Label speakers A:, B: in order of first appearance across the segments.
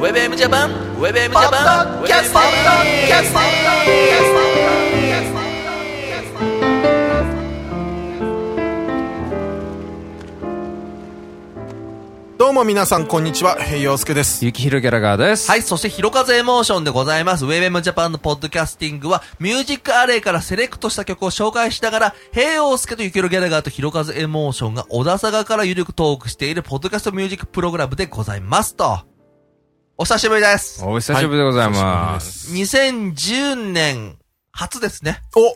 A: WebM ジャパン WebM ジャパン
B: キャストキャストキャストキャストキャスト
C: どうも皆さん、こんにちは。平洋介です。
D: ゆきひろギャラガーです。
A: はい、そして、ひろかずエモーションでございます。WebM ジャパンのポッドキャスティングは、ミュージックアレイからセレクトした曲を紹介しながら、平洋介とゆきひろギャラガーとひろかずエモーションが小田坂からゆるくトークしているポッドキャストミュージックプログラムでございますと。お久しぶりです。
D: お久しぶりでござい
C: は
D: ま
C: い
D: す。
A: 2010年初ですね。
C: お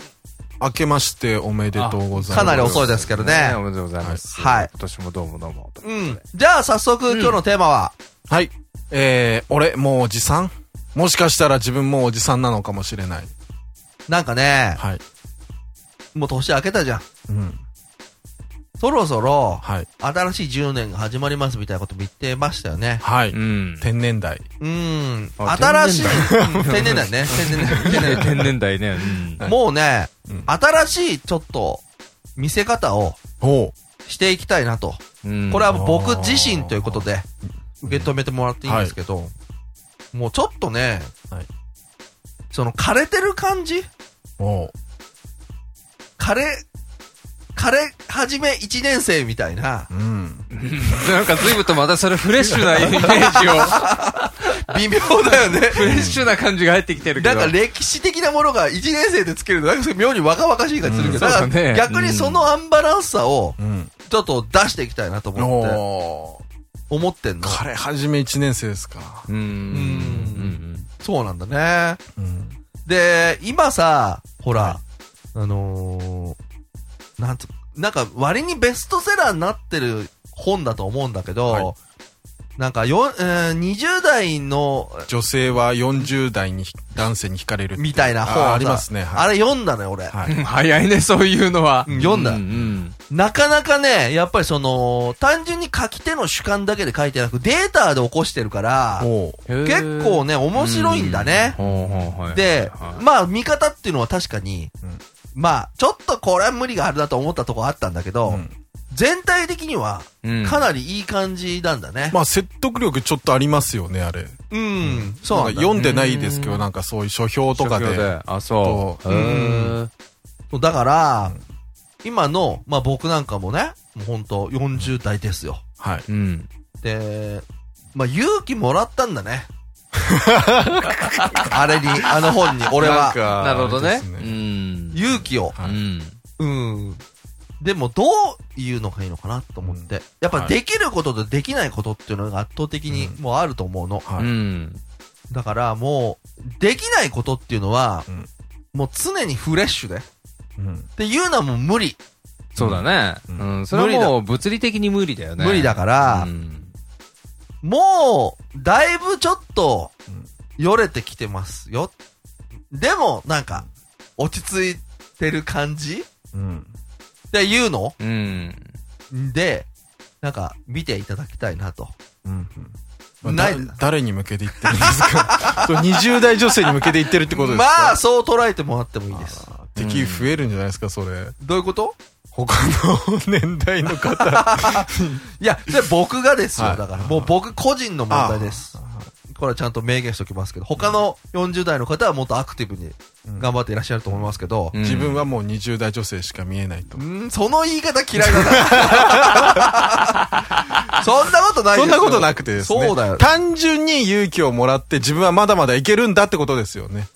C: 明けましておめでとうございます。
A: かなり遅いですけどね
D: おめでとうございます。
A: はい
D: 今年もどうもどうも。
A: うん。じゃあ、早速、今日のテーマは、
C: はい。えー、俺、もうおじさんもしかしたら自分もうおじさんなのかもしれない。
A: なんかね、
C: はい。
A: もう年明けたじゃん。
C: うん。
A: そろそろ、
C: はい。
A: 新しい10年が始まりますみたいなことも言ってましたよね。
C: は
D: う
C: い。
D: ん。
C: 天然代。
A: うん。
D: あ
A: 新しい、うん天然だよね。天然だよね。
D: 天然代ね。うん
A: もうね、
C: うん
A: 新しいちょっと見せ方を
C: おう。
A: していきたいなと。
D: うん
A: これはもう僕自身ということで受け止めてもらっていいんですけど、もうちょっとね、
C: はい
A: その枯れてる感じ
C: おう。
A: 枯れ、枯れ始め1年生みたいな
C: う、ん。
D: なんか随分とまたそれフレッシュなイメー ジを、
A: 微妙だよね。
D: フレッシュな感じが入ってきてるけ
A: な
D: ど。
A: んか歴史的なものが1年生でつけると、なんかそれ妙に若々しい感じするけど、
D: うんそうだね
A: だから逆にそのアンバランスさを
C: うん。
A: ちょっと出していきたいなと思って、
C: おう。
A: 思ってんの。
C: 彼、はじめ1年生ですか。
D: うん。うん。
A: そうなんだね。
C: うん。
A: で、今さ、ほら、あのー、なんつ、なんか割にベストセラーになってる本だと思うんだけど、
C: はい
A: なんかよ、えー20代の、
C: 女性は40代にひ、男性に惹かれるってう。
A: みたいな本
C: あ
A: さ
C: ありますね。
A: あ
C: れ
A: れ読んだのよ、俺。
C: は
D: う
C: い。
D: ん早いね、そういうのは。
A: うん読んだ
D: うん
A: なかなかね、やっぱりその、単純に書き手の主観だけで書いてなく、データで起こしてるから、
C: おう。
D: うん
A: 結構ね、面白いんだね。
D: うんほうほうほう
A: で
D: はい、
A: まあ、見方っていうのは確かに、
C: うん
A: まあ、ちょっとこれは無理があるなと思ったとこあったんだけど、
C: うん
A: 全体的には、
D: うん
A: かなりいい感じなんだね。
C: まあ、説得力ちょっとありますよね、あれ。
A: うん、そう
C: なん
A: な
C: か
A: んだ。
C: 読んでないですけど、なんかそういう書評とか
D: 職業
C: で。
D: あ、そう。
C: と
D: へー
A: そうだから、今の、まあ僕なんかもね、もうほんと40代ですよ。
C: はい。
D: うん。
A: で、まあ勇気もらったんだ ね。あれに、あの本に、俺
C: なん
A: は。
C: か
D: なるほど
C: あれ
D: ね
C: で。す
D: うん。
A: 勇気を。
C: は
D: う
C: い
D: ん。
A: うん。でも、どういうのがいいのかなと思って。やっぱ
C: はい
A: できることとできないことっていうのが圧倒的に
C: う
A: もうあると思うの。
C: は
D: う
C: い。
D: ん。
A: だからもう、できないことっていうのは、
C: うん
A: もう常にフレッシュで。っ
C: うん。
A: ていうのはもう無理。
D: そうだね。
C: う
D: うんん。それはもう物理的に無理だよね。
A: 無理だから
D: うん
A: もう、だいぶちょっと
C: うん、
A: よれてきてますよ。でも、なんか、落ち着いてる感じ
C: うん。
A: っていうの
D: うん。
A: で、なんか、見ていただきたいなと。
C: うん
A: う
C: うんん。
A: な
C: だ
A: い
C: 誰に向けて言ってるんです かそう ?20 代女性に向けて言ってるってことですか
A: まあ、そう捉えてもらってもいいです。
C: あー敵増えるんじゃないですか、それ。
A: どういうこと
C: 他の年代の方。
A: いや、それ僕がですよ。
C: はい
A: だから、もう僕個人の問題です。これはちゃんと明言しておきますけど、他の40代の方はもっとアクティブに頑張っていらっしゃると思いますけど、
C: 自分はもう20代女性しか見えないと
A: う。ん、その言い方嫌いだ な。そんなことないですよ
C: そんなことなくてですね。
A: そうだよ。
C: 単純に勇気をもらって自分はまだまだいけるんだってことですよね。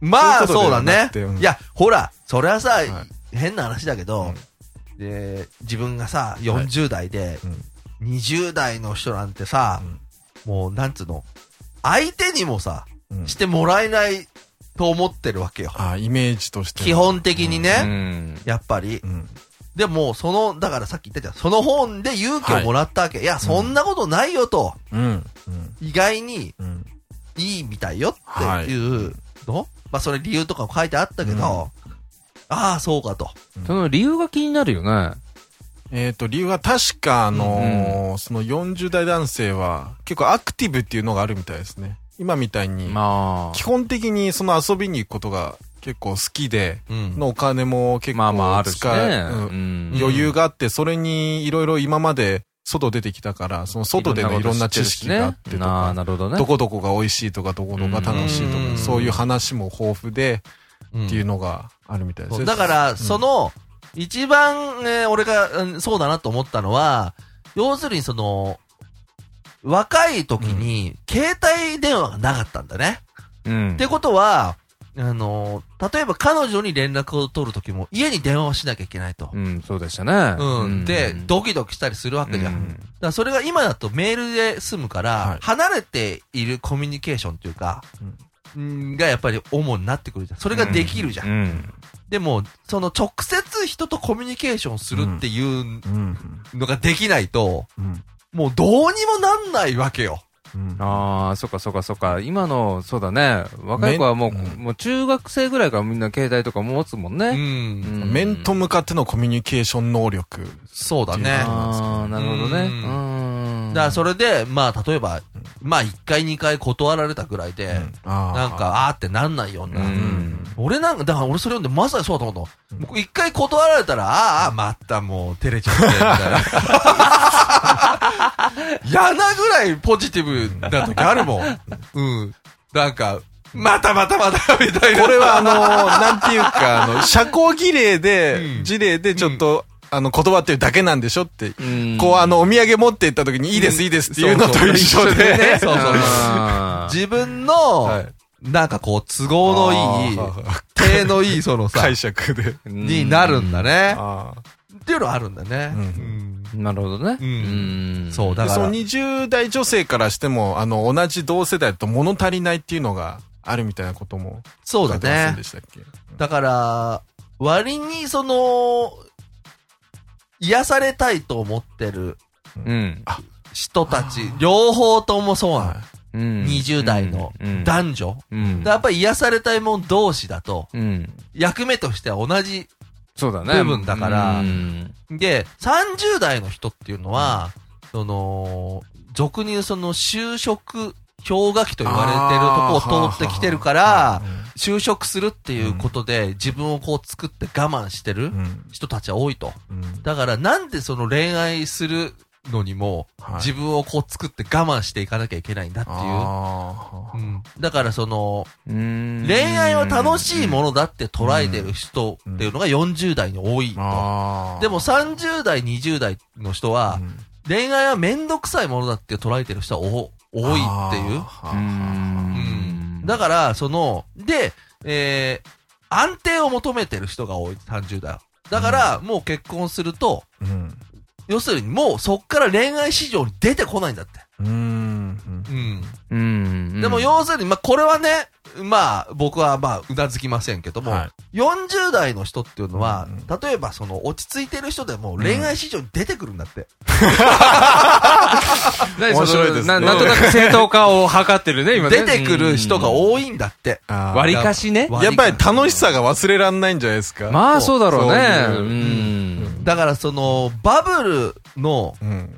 A: まあ、
C: そうい
A: そう
C: うこ
A: だ
C: とではな
A: ね
C: くてうん。
A: いや、ほら、それはさ、
C: い
A: 変な話だけど、で自分がさ、40代で、20代の人なんてさ、もう、なんつうの、相手にもさ、
C: うんうん
A: してもらえないと思ってるわけよ。
C: あーイメージとして。
A: 基。本的に
D: う
A: ね、
D: ん。
A: やっぱり。
C: うん。
A: でも、その、だからさっき言ったじゃん、その本で勇気をもらったわけ。い、や、そんなことないよと、
C: うん。うん
A: 意外に
C: うん。
A: いいみたいよっていうの、まあ、それ理由とかも書いてあったけど、
C: うん
A: ああ、そうかと。
D: その理由が気になるよね。
C: えっ、と、理由は確か、あのーその40代男性は結構アクティブっていうのがあるみたいですね。今みたいに、
D: ま
C: 基本的にその遊びに行くことが結構好きで、
A: うん
C: のお金も結構使う、
D: まあまああるしね。
C: うん
D: ん
C: 余裕があって、それにいろいろ今まで外出てきたから、その外でのいろんな知識があってと
D: なあ、
C: か、
D: なるほどね。
C: どこどこが美味しいとか、どこどこが楽しいと
A: う
C: か、
A: ん
C: そういう話も豊富で
A: うん
C: っていうのがあるみたいです
A: そう
C: ね。
A: だから、その、一番、えー俺が、うんそうだなと思ったのは、要するにその、若い時に、携帯電話がなかったんだね。
D: うん
A: っ。てことは、あの、例えば彼女に連絡を取る時も、家に電話をしなきゃいけないと
D: う。ん、そうでしたね。
A: うん。で、ドキドキしたりするわけじゃん。だからそれが今だとメールで済むから、
C: はい
A: 離れているコミュニケーションというか、うんがやっぱり主になってくるじゃん。それができるじゃん。
D: うん。
A: でも、その直接人とコミュニケーションするっていう
C: うん、
A: のができないと、
C: うん、
A: もうどうにもなんないわけよ。
C: うん。
D: ああ、そっかそっかそっか。今の、そうだね。若い子はもう、
C: めんうん
D: もう中学生ぐらいからみんな携帯とか持つもん
A: う
D: ね。
A: ん。
D: うん
C: 面と向かってのコミュニケーション能力。
A: そうだね。
C: う
A: だか
D: ああ、なるほどね。うん。
A: らそれで、まあ例えば、まあ1回2回断られたぐらいで、
C: あー
A: なん、か、あーってなんないような。
C: う
D: う
C: んん。
A: 俺なんか、だから俺それ読んでまさにそうだと思ったの。もう一回断られたら、あーあー、またもう照れちゃって、みたいな。嫌なぐらいポジティブな時あるもん。うん。なんか、またまたまた、みたいな。
C: これはあの ー、なんていうか、あの、社交儀礼
A: う
C: で
A: ん、
C: 事例でちょっと、あの、断ってるだけなんでしょって、
D: うん
C: こう、あの、お土産持って行った時に、いいです、いいですっていうのと
A: そうそう
C: 一緒
A: 一緒でね
C: で、
A: そうそう
D: あー
A: 自分の
C: はい、
A: なんかこう、都合のいい
C: あー、
A: 手のいいそ のさ
C: 解、釈で。
A: になるんだね。
C: あ
A: っ
C: ー
A: ていうのはあるんだね。
C: うん
D: なるほどね。
A: う
D: うん
A: そう、だ
C: で
A: か
C: そ
A: ら
C: の。20代女性からしても、あの、同じ同世代だと物足りないっていうのがあるみたいなことも
A: そう
C: 書
A: だ
C: いてませ
A: ね
C: んで。したっけ。
A: だから、割にその、癒されたいと思ってる
D: うん。
A: 人たち、両方ともそうなの。
D: うん
A: 20代の
D: うん
A: 男女。
D: うん
A: やっぱり癒されたいもん同士だと、
D: うん。
A: 役目としては同じ。
D: そうだね。
A: 部分だから
D: うん
A: で、30代の人っていうのは、その、俗に言うその就職氷河期と言われてるとこを通ってきてるから、就職するっていうことで自分をこう作って我慢してる
C: うん
A: 人たちは多いと。
C: うん
A: だからなんでその恋愛するのにも、
C: はい
A: 自分をこう作って我慢していかなきゃいけないんだっていう。
C: あー
A: うん、だからその、
D: うん。
A: 恋愛は楽しいものだって捉えてる人っていうのが40代に多いと。
C: あー。
A: でも30代、20代の人は
C: う、ん、
A: 恋愛はめんどくさいものだって捉えてる人はお多いっていう。
C: あ
D: う
C: ー
D: ん。
A: だから、その、で、えー、安定を求めてる人が多い、30代は。だから、もう結婚すると、
C: うん。
A: 要するにもうそっから恋愛市場に出てこないんだって。
C: うん。
A: うん。
D: うん。
A: でも要するに、まあこれはね、まあ僕はまあうなずきませんけども、
C: はい
A: 40代の人っていうのは、
C: うん
A: 例えばその落ち着いてる人でも恋愛市場に出てくるんだって。
D: 何その
C: 面白いですね
D: ななんとなく正当化を図ってるね、今ね。
A: 出てくる人が
D: い。
A: 多いんだって。
C: あー
D: 割りかしね。
A: 割
C: やっぱり楽しさが忘れらんないんじゃないですか。
D: まあそうだろうね。
C: そううい
D: ん。
A: だからそのバブルの
C: うん。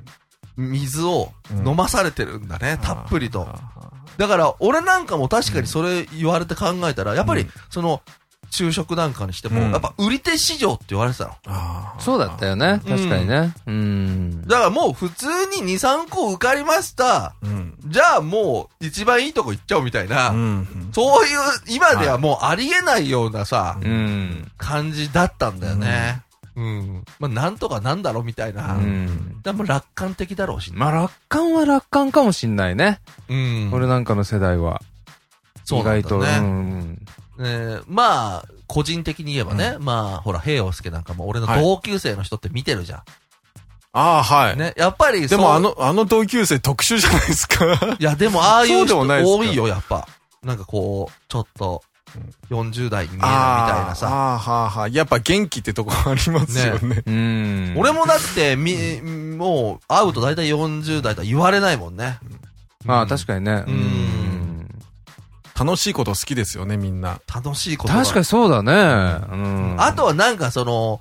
A: 水を飲まされてるんだね、たっぷりと。
C: あ
A: だから俺なんかも確かにそれ言われて考えたら、やっぱりその就職なんかにしても、
C: うん
A: やっぱ売り手市場って言われてたの。
C: あー。
D: そうだったよね。確かにね。うん。
A: だからもう普通に2、3個受かりました。
C: うん。
A: じゃあもう一番いいとこ行っちゃおうみたいな、
C: うん。
A: そういう、今ではもうありえないようなさ、
D: うん。
A: 感じだったんだよね。うん。まあなんとかなんだろうみたいな。
D: う
A: だか
D: ん。
A: らもう楽観的だろうしね。
D: まあ楽観は楽観かもしんないね。
A: うん
D: 俺なんかの世代は。
A: そう
D: 意
A: なんだ
D: 外と。う
A: ね。
D: ん。
A: えーまあ、個人的に言えばね、まあ、ほら、平洋介なんかも俺の
C: はい
A: 同級生の人って見てるじゃ
C: ああ、はい。
A: ん。ね、やっぱり
C: で
A: そう
C: もあ、の、あの同級生特殊じゃないですか。
A: いや、でもああいう人
C: そうでもないですか
A: 多いよ、やっぱ。なんかこう、ちょっと、40代に見えるみたいなさ。
C: あーあー、はあはあ。やっぱ元気ってとこありますよね。
D: うん。
A: 俺もだって、み、もう、会うと大体40代とは言われないもんね。
D: まあ確かにね。
A: うん
D: うん。
C: 楽しいこと好きですよね、みんな。
A: 楽しいことが
D: 確かにそうだね。うん。
A: あとはなんかその、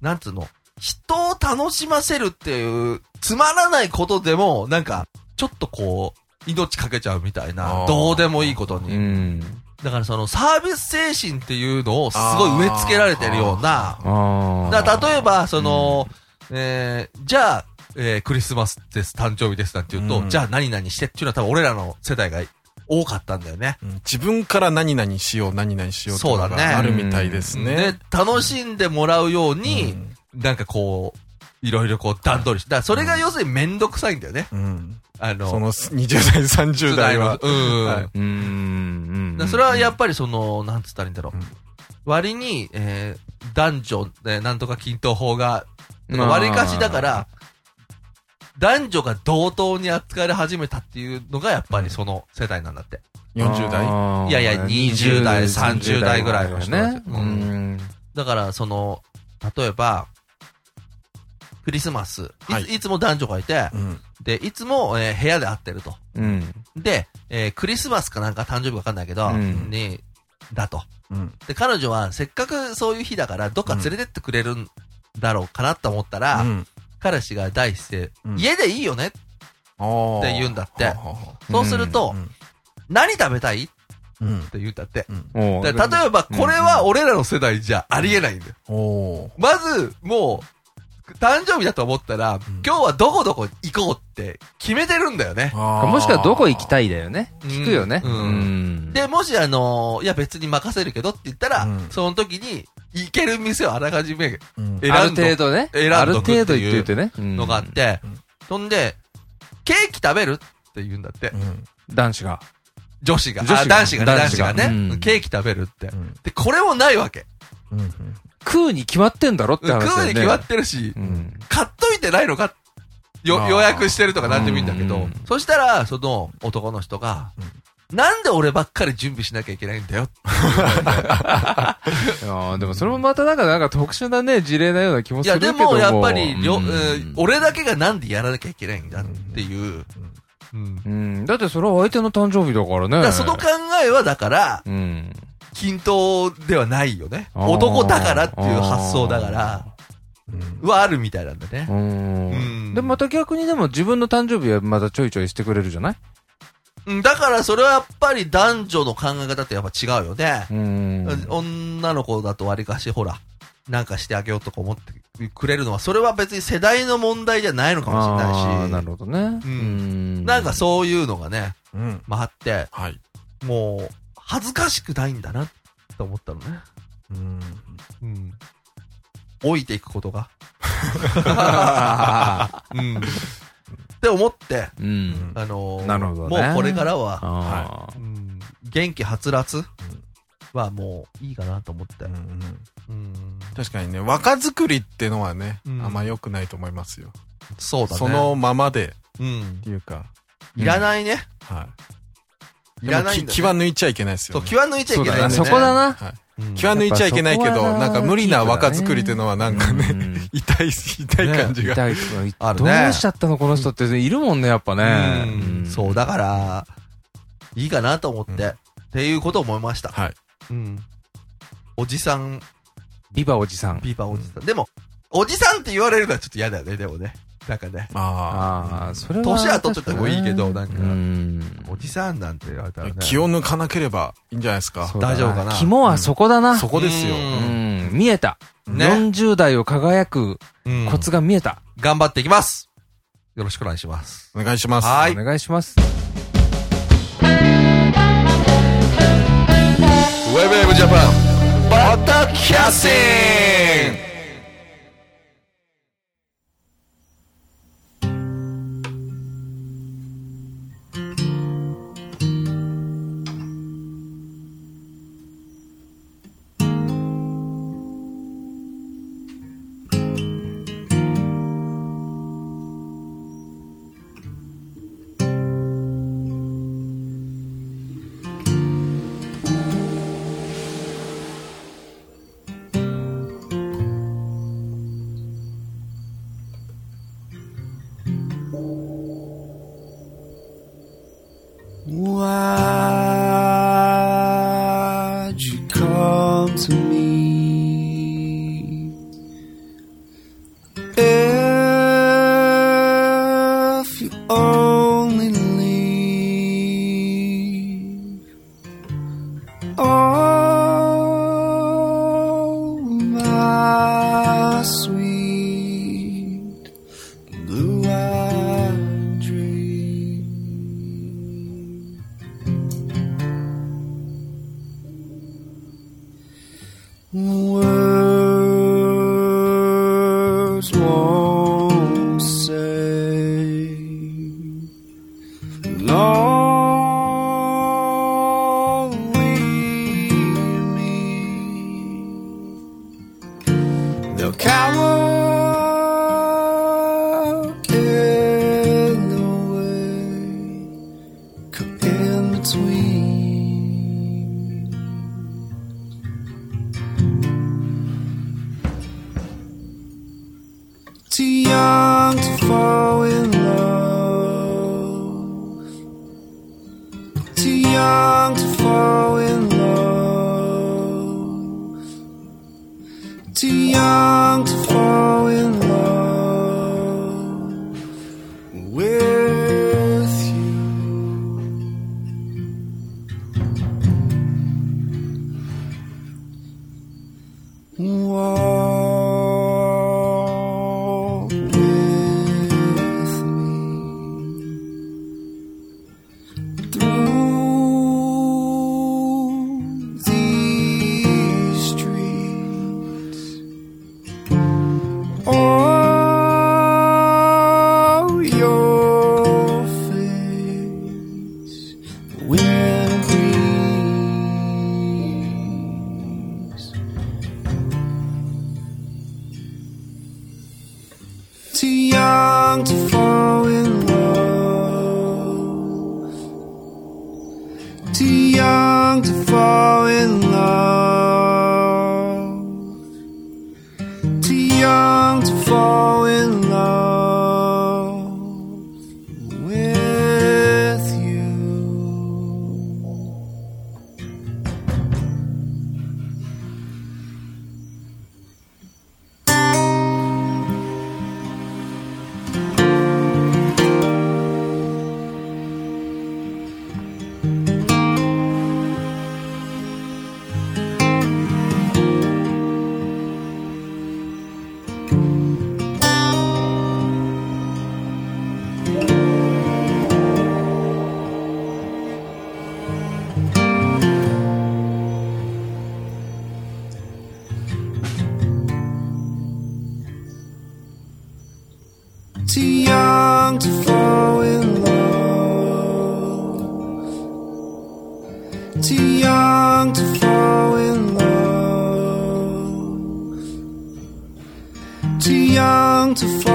A: なんつうの、人を楽しませるっていう、つまらないことでも、なんか、ちょっとこう、命かけちゃうみたいな
C: あ、ー
A: どうでもいいこと
D: う
A: に。
D: ん。
A: だからそのサービス精神っていうのをすごい植え付けられてるような、
D: ああ。
A: だから例えば、その、えーじゃあ、えークリスマスです、誕生日ですなんて言うと、
C: うん
A: じゃあ何々してっていうのは多分俺らの世代が多かったんだよね。
C: うん自分から何々しよう、何々しようとか
A: そうだね
C: があるみたいですね
A: で。、楽しんでもらうように、なんかこう、いろいろこう段取りして、だからそれが要するにめんどくさいんだよね。
C: うん。
A: あの、
C: その20代、30代は。
A: うん。
C: は
A: だ
C: い
A: か
D: うんうんう
A: ら
D: ん。
A: それはやっぱりその、なんつったらいいんだろう。割に、えー男女、えーなんとか均等法が、
D: まあ
A: 割りかしだから、男女が同等に扱われ始めたっていうのがやっぱりその世代なんだって。
C: 40代
D: 代
A: いやいや20代30代ぐらいの人たち
D: ね。
A: うん
D: うん。
A: だから、その、例えば、クリスマス、いつ,、
C: はい
A: い、つも男女がいて
C: う、ん。
A: で、いつも、えー部屋で会ってると。
D: うん。
A: で、えークリスマスかなんか誕生日かわかんないけど、
D: うん
A: に、だと。
C: うん。
A: で、彼女はせっかくそういう日だから、どっか連れてってくれるんだろうかなと思ったら、
C: うん
A: 彼氏が第一声、
C: うん
A: 家でいいよね
C: あー
A: って言うんだって
C: ははは
A: そうすると、
C: うん
A: 何食べたいっ
C: うん。
A: て言うんだって。
D: おう
A: で例えば、これは俺らの世代じゃありえないんだよ。
C: おー
A: まず、もう、誕生日だと思ったら、
C: ん
A: 今日はどこどこ行こうって決めてるんだよね。
C: あー
D: もしくはどこ行きたいだよね。
A: うん
D: 聞くよね。
A: うん
D: ん
A: で、もしあのーいや別に任せるけどって言ったら、
C: うん
A: その時に行ける店をあらかじめ
C: うん
A: 選
D: ある
A: んど
D: 程
A: く
D: 度ね。
A: 選ん
D: ある
A: どくっていう
D: 程度言っておいてね。うん
A: のがあって、
C: うん
A: そんで、ケーキ食べるって言うんだって。
C: うん
D: 男子が。
A: 女子が。
D: 女子
A: あ
D: が
A: 男子がね、男
D: 男
A: 子
D: 子
A: が
D: が
A: ね、
D: うん
A: ケーキ食べるって
C: う。ん
A: で、これもないわけ。
C: うんうん
D: 食うに決まってんだろって
A: 食
D: 話だよ
A: う
D: ね。
A: に決まってるし、
D: うん。
A: 買っといてないのかよ
C: あ、ー
A: 予約してるとかなんでもいいんだけ
D: うんう
A: ど
D: ん、
A: そしたら、その男の人が、なんで俺ばっかり準備しなきゃいけないんだよ。
D: ああ、でもそれもまたなんか、なんか特殊なね、事例なような気も
A: い
D: する
A: や、
D: けど
A: で
D: も。
A: もやっぱり、りょ
D: うん
A: うん俺だけがなんでやらなきゃいけないんだっていう。うんだ
D: うん。だってそれは相手の誕生日だからね。
A: からその考えは、だから、
D: うん。
A: 均等ではないよね。
D: あー
A: 男だからっていう発想だから、
C: うん
A: はあるみたいなんだね
D: う。
A: うん
D: ん。で、また逆にでも自分の誕生日はまたちょいちょいしてくれるじゃない
A: うんだからそれはやっぱり男女の考え方ってやっぱ違うよね。
D: うん。
A: 女の子だとわりかしほら、なんかしてあげようとか思ってくれるのは、それは別に世代の問題じゃないのかもしれ
D: あ
A: な
D: あ
A: いし、
D: なるほどね。
A: う
D: うんん
A: なんかそういうのがね、
C: うん
A: まああって、
C: はい。
A: もう、恥ずかしくないんだなって思ったのね。
C: うん
A: うん。老いていくことが。うん。って思って、
D: う。うん。
A: あのー
D: なるほどね
A: もうこれからは、
D: ああ。
A: うん、元気はつらつはもういいかなと思って
C: う。んうん
A: うん。
C: 確かにね、若作りってのはね、
A: うん
C: あんま良くないと思いますよ。
A: そうだね。
C: その、ままで
A: うん
C: っ。ていうか、
A: いらないね。
C: はい。
A: いらないんだよね
C: でもき気は抜いちゃいけないです
A: そ
C: よ
A: う、
C: ね。
A: 気は抜いちゃいけないんだよね。
D: そうだねそこだな
C: はい
A: うん
C: 気は抜いちゃいけないけ
D: やっぱそこ
C: ど、
D: は
C: なんか無理な若作りって
D: キーだね
C: のはなんかね、痛い、痛い感じが。
D: 痛い
A: ある
D: どう
A: ね
D: しちゃったのこの人っているもんね、やっぱね。
A: うんそう、だから、いいかなと思って、
C: うん
A: っていうことを思いました。
C: はい。
A: うん。おじさん、
D: ビバおじさん。
A: ビーバーおじさん。でも、おじさんって言われるのはちょっと嫌だよね、でもね。なんかね。
C: あ
D: ああ、それは。
A: 年は取っちゃった方がいいけど、なん
D: う
A: か、
D: ん。
A: おじさんなんて言われた
C: あ
A: らね。。
C: 気を抜かなければいいんじゃないですか
D: そ。うだな
A: 大丈夫かな
D: 肝はそこだな。
C: そこですよ。
A: うん
D: うん。見えた。
A: ね
D: 40代を輝く
A: うん
D: コツが見えた。
A: 頑張っていきますよろしくお願いします。
C: お願いします。
A: は
D: お
A: い。
D: 願いします。
A: ウェブウェブジャパン、バタキャスティング
E: Oh, my sweet blue
B: young to fall in love. Too young to fall in love. Too young to fall in love with you. too young to fall in love. Too young to fall in love. Too young to fall.